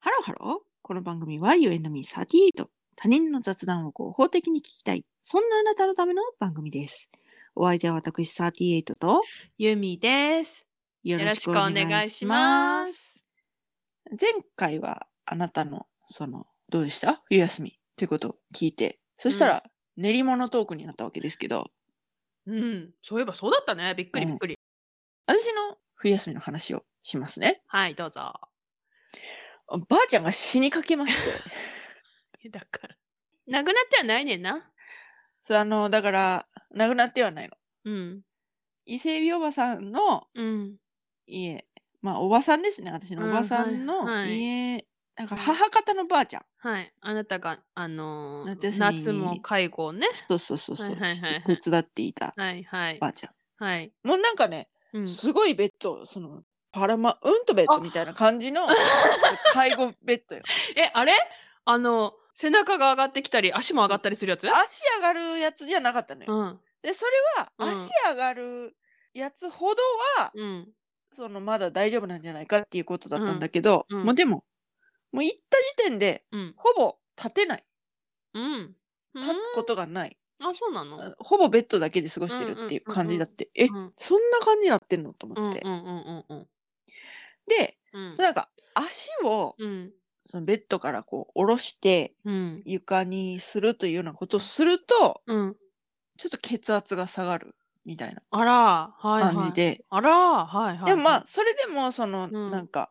ハロー。この番組は You and me38。他人の雑談を合法的に聞きたい。そんなあなたのための番組です。お相手は私38とゆみです。よよろろししくくおお願願いいししまますす。前回はあなたのその、どうでした冬休みということを聞いて、そしたら練り物トークになったわけですけど、うん、そういえばそうだったね。びっくりうんびっくり。私の冬休みの話をしますね。はい、どうぞ。ばあちゃんが死にかけまして。だから。なくなってはないねんな。そう、あの、だから、亡くなってはないの。うん。伊勢海老おばさんのうん。家、まあ、おばさんですね。私のおばさんうんはのいはい家、なんかうん母方のばあちゃん。はい。あなたが、あのー夏休みに夏も介護をね。そうそうそうそう、はいはいはいはいして手伝っていたはいはいば。あちゃはい。ん。もうなんかね、うん。すごいベッド、その、パラマウントベッドみたいな感じの介護ベッド よ。え、あれあの、背中が上がってきたり、足も上がったりするやつ足上がるやつじゃなかったのうよ。ん。で、それは、うん足上がるやつほどは、うん。その、まだ大丈夫なんじゃないかっていうことだったんだけど、うんうんもうでも、もう行った時点で、うん。ほぼ立てない。うん。立つことがない。うんあ、そうなのほぼベッドだけで過ごしてるっていう感じだって、え、うんそんな感じになってんのとうんう思んっうんて。うんうんで、うん。そのなんか足をうん。そのベッドからこう下ろしてうん。床にするというようなことをすると、うん。ちょっと血圧が下がるみたいなあら、はい、はい。感じで。あら、はい、はい。でもまあは、それでもその、んなんか、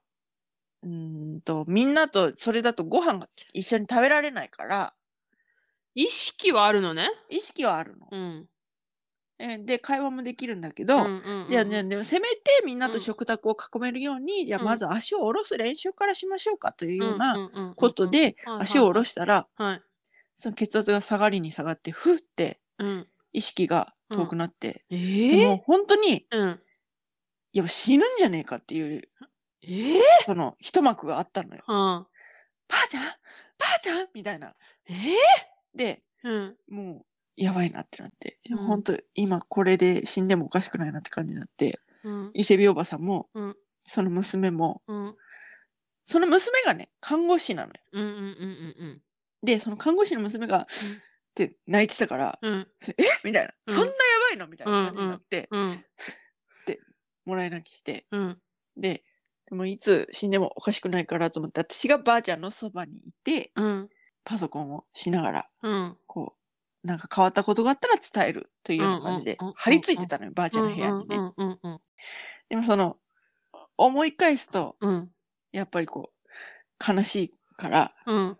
うーんと、みんなとそれだとご飯が一緒に食べられないから、い、意識はあるのね。意識はあるの。うん。えで、会話もできるんだけど、んんんじゃあね、でもせめてみんなうとん食卓を囲めるように、じゃあうんまず足を下ろす練習からしましょうかといううんようなうんうんことで、うんうん足を下ろしたら、はいはい。その血圧が下がりに下がって、ふってうん。意識が遠くなって、えそーの本当に、うん。いや死ぬんじゃねえかっていう、えーその一幕があったのよ。うんばあちゃんばあちゃんみたいな。えで、ーうんもう、やばいなってなって、うん本当今これで死んでもおかしくないなって感じになって、うん伊勢美おばさんも、うんその娘も、うんその娘がね、看護師なのよ。うんうんうんで、その看護師の娘が、って泣いてた から、うんうんそれえみたいな、うんそんなやばいのみたいな感じになって、うんもらい泣きして、うんで、でもいつ死んでもおかしくないからと思って、私がばあちゃんのそばにいて、うんパソコンをしながら、うんこう、なんか変わったことがあったら伝えるというような感じでうんうんうんうんうん、張り付いてたのよ、ばあちゃんの部屋にうね。んうんうんでもその、思い返すと、うんやっぱりこう、悲しいから、うん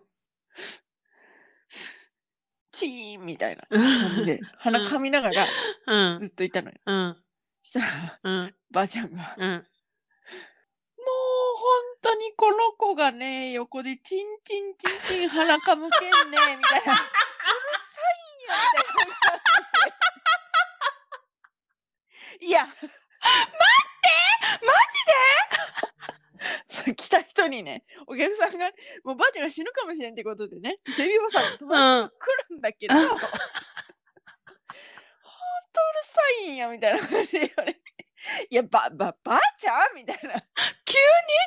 チーンみたいなうん感じで、鼻かみながらうんずっといたのよ。うんしたら、うんばあちゃんが、うんもう本当にこの子がね、横でチンチンチンチン鼻かむけ んね、みたいな。うるさいよ、みたいな感じで。いや、そう来た人にね、お客さんが、もうばあちゃんが死ぬかもしれんってことでね、セビオさんの友達が来るんだけど、うんほんとうるさいんよ、みたいな感じで言われて。いや、ば、ば、ばあちゃんみたいな。い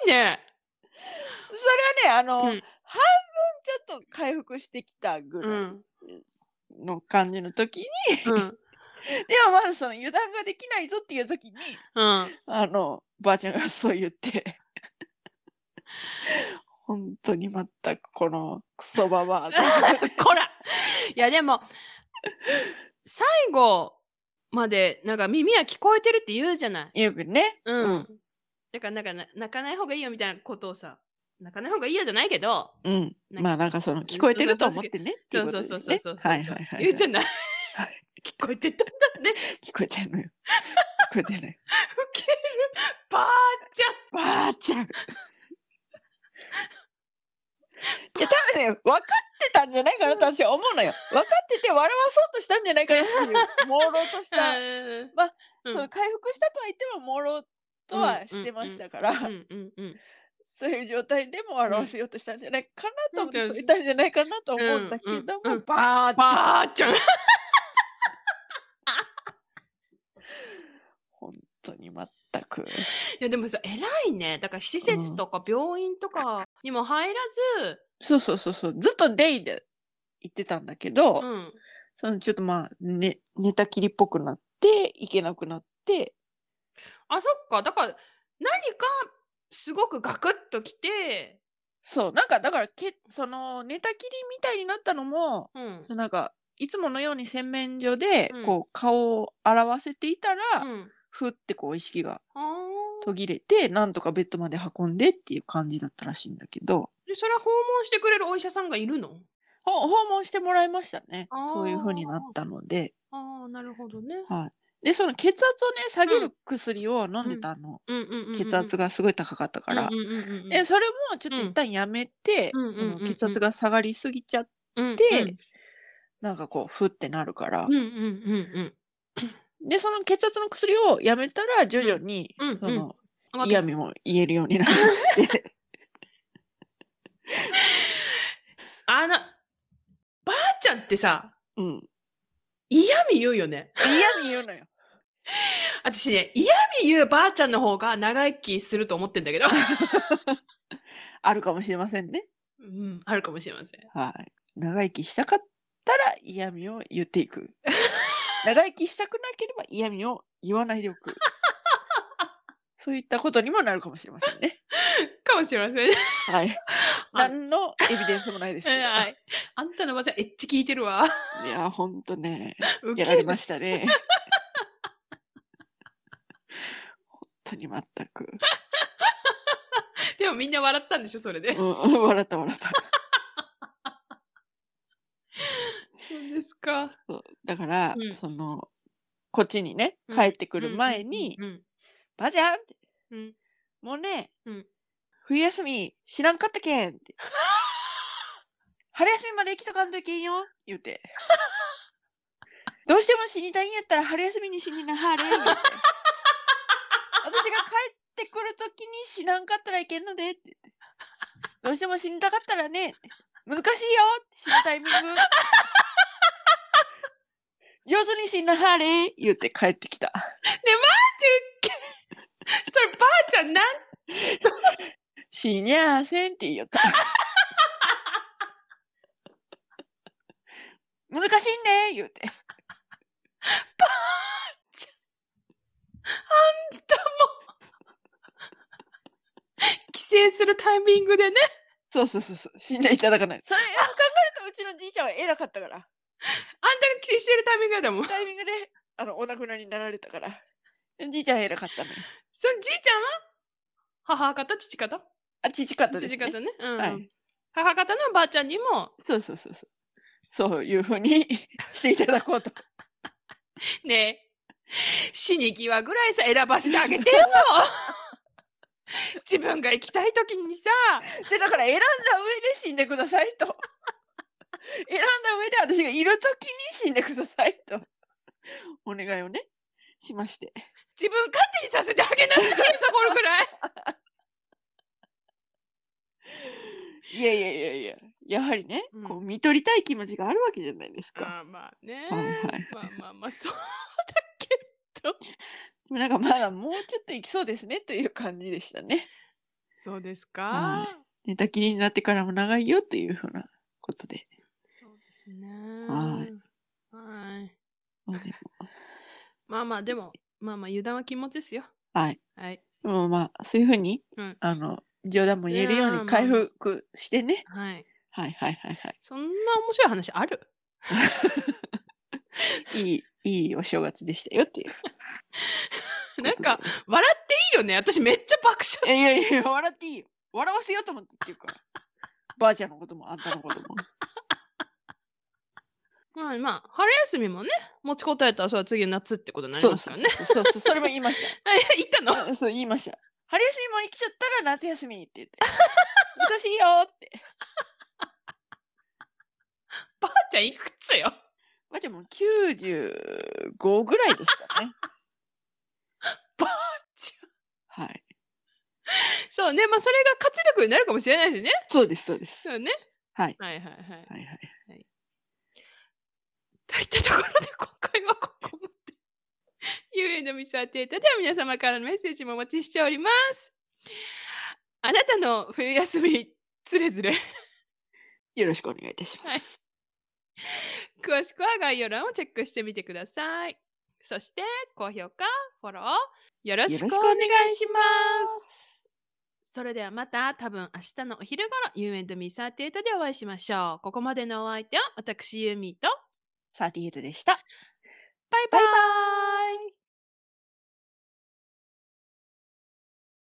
いねそれはね、あの、うん半分ちょっと回復してきたぐうらいんの感じの時に、うんでもまだその油断ができないぞっていう時に、うんあの、ばあちゃんがそう言って、 本当に全くこのクソババアだ こらいやでも最後までなんか耳は聞こえてるって言うじゃない。よくね、うん。うんだからなんかな泣かない方がいいよみたいなことをさ泣かない方がいいよじゃないけどうん。なんかまあなんかその聞こえてると思ってねっていそううこそとうですそうそうねそう。はいはいはい言うじゃない。は聞こえてたんだね。聞こえてるのよ。聞こえてるのよ。ウケるばあちゃん。ばあち ゃん。いや、多分ね、分かってたんじゃないかなと私は思うのよ。分かってて笑わそうとしたんじゃないかなってい う、朦朧とした、うんまあうんその回復したとは言っても朦朧とはしてましたから、うんうんうんそういう状態でも笑わせようとしたんじゃないかなと思って、うんそう言ったんじゃないかなと思うんだけども、うんうんばあちゃん。ばあちゃん。本当に全く。いやでもさ偉いねだから施設とか病院とかにも入らず、そうそうそうそう。ずっとデイで行ってたんだけど、うん、そのちょっとまあ、ね、寝たきりっぽくなって、行けなくなって、あそっかだから何かすごくガクッときて、そう、なんかだからけ、その寝たきりみたいになったのも、うんそのなんか、いつものように洗面所でうん、こう、顔を洗わせていたら、うん、ふってこう、意識があー途切れて、なんとかベッドまで運んでっていう感じだったらしいんだけど、でそれは訪問してくれるお医者さんがいるのほ訪問してもらいましたねあー。そういう風になったので。ああなるほどね。はい。で、その血圧をね、下げる薬を飲んでたの。うんうんうんうん、血圧ががすごい高かったから。うんうんうんうん、で、それもちょっと一旦やめて、うんそのうんうんうん血圧が下がりすぎちゃって、うんなんかこう、ふってなるからうんう。んうんうんで、その血圧の薬をやめたら、徐々にうんうん、その、うん。いや嫌味も言えるようになりま して。あのばあちゃんってさうん。嫌味言うよね。嫌味言うのよ。私ね嫌味言うばあちゃんの方が長生きすると思ってん だけど。あるかもしれませんね。うん、あるかもしれません。はい。長生きしたかったら嫌味を言ってい く。長生きしたくなければ嫌味を言わないでおく。そういったことにもなるかもしれませんね。かもしれません。 はい。何のエビデンスもないですけど。はい。 あんたのばあちゃん、エッチ聞いてるわ。いや、ほんとね、ウケやられました ね。本当に全く。る でもみんな笑ったんでしょ、それで。うん、笑った笑った。そうですか。そうだから、うんその、こっちにね、うん帰ってくる前に、うんばじゃんって、うんもうね、うん冬休み知らんかったけ んって。春休みまで生きとかんといけんよ言うて。どうしても死にたいんやったら春休みに死になはれ言うて。私が帰ってくるときに死なんかったらいけんのでって言って。どうしても死にたかったらね、難しいよ死ぬタイミン グ。上手に死なはれ言うて帰ってきた。そればあちゃんなん死にゃあせんって言 った。難しいね言うて。帰省するタイミングでね。そうそうそうそう。死んでいただかない。それを考えるとうちのじいちゃんは偉かったから。あんたが帰省してるタイミングだもん。タイミングであのお亡くなりになられたから。じいちゃんは偉かったのよ。そのじいちゃんは母方、父方あ、父方です、父ね。方ね。うんうんはい母方のばあちゃんにも、そうそうそうそう。そういうふうに していただこうと。ねえ、死に際ぐらいさ、選ばせてあげ てよ自分が行きたい時にさ、で、だから選んだ上で死んでくださいと。選んだ上で私がいるときに死んでくださいと。お願いをね、しまして。自分勝手にさせてあげなさいよ、そこぐらい。いやいやいやいや、やはりね、うんこう見取りたい気持ちがあるわけじゃないですか。あーまあね、はいはいまあまあまあそうでもなんかまだもうちょっといきそうですねという感じでしたね。そうですか、はい寝たきりになってからも長いよというふうなことで。そうですねはいはいまあでまあまあでもまあまあ油断は禁物ですよもはい。はいでもまあ、そういうふうに、うんあの、冗談も言えるよいやーうまあに回復してね。はいはいはいはいはそんな面白い話あるい。いい、いいお正月でしたよっていう。なんか。笑っていいよね私めっちゃ爆い笑やいやいや、笑っていいよ。笑わせようと思ってっていうから。ばあちゃんのこともあんたのことも。まあまあ春休みもね持ちこたえたらそれは次の夏ってことになりそうますそかうらそうねそう。そうそれも言いました。 行ったのあそう言いました。春休みも生きちゃったら夏休みにって言 って。難しいよって。ばあちゃんいくつよまあ、じゃあもう95ぐらいでした ね。ちはい。そうねまあそれが活力になるかもしれないしねそうです、そうです。そはうねはいはいはいはいいはい。といったところで今回はここまで。ゆえのみしあてータでは皆様からのメッセージもお待ちしております。あなたの冬休みつれず れ。よろしくお願いいたします。詳しくは概要欄をチェックしてみてください。そして、高評価、フォロー、よろしよくろおしくお願願いいししま。ますそれではまた、多分明日のお昼頃、You and me38 でお会いしましょう。ここまでのお相手は、私、ユーミーと、サーティエイトでした。バイババイイバーイ